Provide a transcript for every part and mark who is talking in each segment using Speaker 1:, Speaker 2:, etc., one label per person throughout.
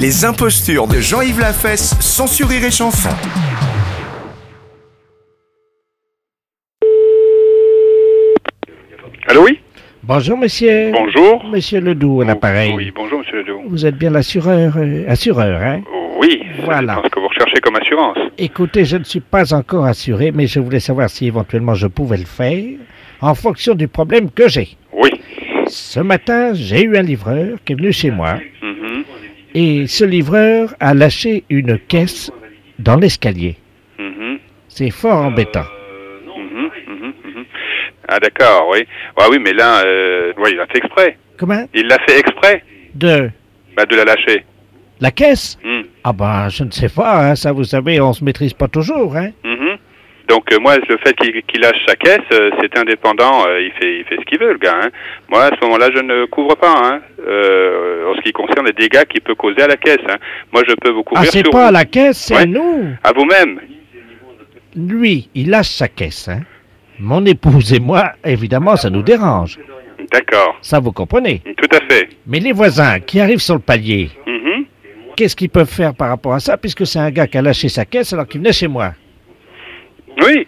Speaker 1: Les impostures de Jean-Yves Lafesse, sans sourire et chanson.
Speaker 2: Allô, oui
Speaker 3: Bonjour, monsieur.
Speaker 2: Bonjour.
Speaker 3: Monsieur Ledoux, à l'appareil.
Speaker 2: Oui, bonjour, monsieur Ledoux. Oh,
Speaker 3: Vous êtes bien l'assureur, euh, assureur, hein
Speaker 2: Oui,
Speaker 3: Voilà.
Speaker 2: voilà. ce que vous recherchez comme assurance.
Speaker 3: Écoutez, je ne suis pas encore assuré, mais je voulais savoir si éventuellement je pouvais le faire en fonction du problème que j'ai.
Speaker 2: Oui.
Speaker 3: Ce matin, j'ai eu un livreur qui est venu chez moi
Speaker 2: Mhm,
Speaker 3: et ce livreur a lâché une caisse dans l'escalier.
Speaker 2: mhm,
Speaker 3: C'est fort embêtant.
Speaker 2: mhm, mhm, mhm. Ah, d'accord, oui. Ah, oui, mais là, euh, ouais, il l'a fait exprès.
Speaker 3: Comment
Speaker 2: Il l'a fait exprès
Speaker 3: De
Speaker 2: bah, de la lâcher.
Speaker 3: la caisse
Speaker 2: Hmm,
Speaker 3: Ah ben, je ne sais pas, hein, ça vous savez, on se maîtrise pas toujours, hein
Speaker 2: mhm. Donc, euh, moi, le fait qu'il qu'il lâche sa caisse, euh, c'est indépendant. euh, il, fait, il fait ce qu'il veut, le gars. hein. Moi, à ce moment-là, je ne couvre pas. hein, euh, en ce qui concerne les dégâts qu'il peut causer à la caisse. hein. Moi, je peux vous
Speaker 3: Ah,
Speaker 2: couvrir
Speaker 3: c'est
Speaker 2: sur
Speaker 3: pas à la caisse, c'est à
Speaker 2: Ouais.
Speaker 3: nous
Speaker 2: à vous-même.
Speaker 3: Lui, il lâche sa caisse, hein Mon épouse et moi, évidemment, ça nous dérange.
Speaker 2: D'accord.
Speaker 3: Ça, vous comprenez.
Speaker 2: Tout à fait.
Speaker 3: Mais les voisins qui arrivent sur le palier,
Speaker 2: Mhm.
Speaker 3: qu'est-ce qu'ils peuvent faire par rapport à ça, puisque c'est un gars qui a lâché sa caisse alors qu'il venait chez moi
Speaker 2: Oui.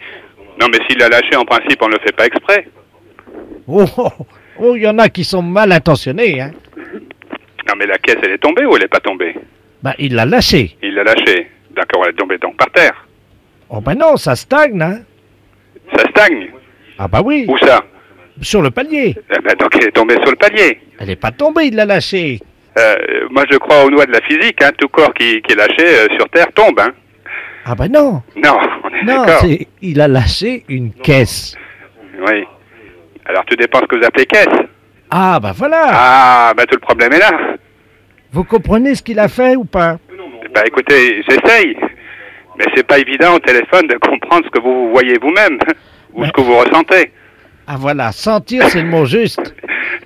Speaker 2: Non, mais s'il l'a lâché, en principe, on ne le fait pas exprès.
Speaker 3: Oh, oh, oh, il y en a qui sont mal intentionnés, hein
Speaker 2: Non, mais la caisse, elle est tombée ou elle n'est pas tombée
Speaker 3: Ben, il l'a lâché.
Speaker 2: Il l'a lâchée. D'accord, elle est tombée donc par terre.
Speaker 3: Oh ben non, ça stagne, hein
Speaker 2: Ça stagne
Speaker 3: Ah bah oui,
Speaker 2: Où ça
Speaker 3: sur le palier.
Speaker 2: Eh ben, Donc, elle est tombée sur le palier.
Speaker 3: Elle n'est pas tombée, il l'a lâchée.
Speaker 2: Euh, moi, je crois aux lois de la physique. Hein. Tout corps qui, qui est lâché euh, sur terre tombe. Hein.
Speaker 3: Ah ben non,
Speaker 2: Non, on est
Speaker 3: non,
Speaker 2: d'accord.
Speaker 3: c'est- il a lâché une caisse.
Speaker 2: Oui. Alors, tout dépend ce que vous appelez caisse.
Speaker 3: Ah ben voilà,
Speaker 2: Ah, ben, tout le problème est là.
Speaker 3: vous comprenez ce qu'il a fait ou pas
Speaker 2: Bah écoutez, j'essaye. Mais c'est pas évident au téléphone de comprendre ce que vous voyez vous-même ou ce que vous ressentez.
Speaker 3: Ah voilà, sentir c'est le mot juste.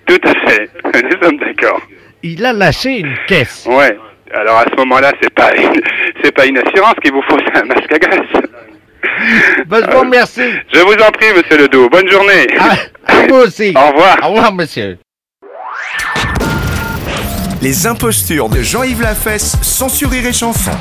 Speaker 2: Tout à fait. Nous sommes d'accord.
Speaker 3: Il a lâché une caisse.
Speaker 2: Ouais. Alors à ce moment-là, c'est pas une, c'est pas une assurance qu'il vous faut, c'est un masque à gaz.
Speaker 3: Bon, je vous remercie.
Speaker 2: Je vous en prie, monsieur Ledoux. Bonne journée.
Speaker 3: Ah, à vous aussi.
Speaker 2: Au revoir.
Speaker 3: Au revoir, monsieur.
Speaker 1: Les impostures de Jean-Yves Lafesse, sans sourire et chanson.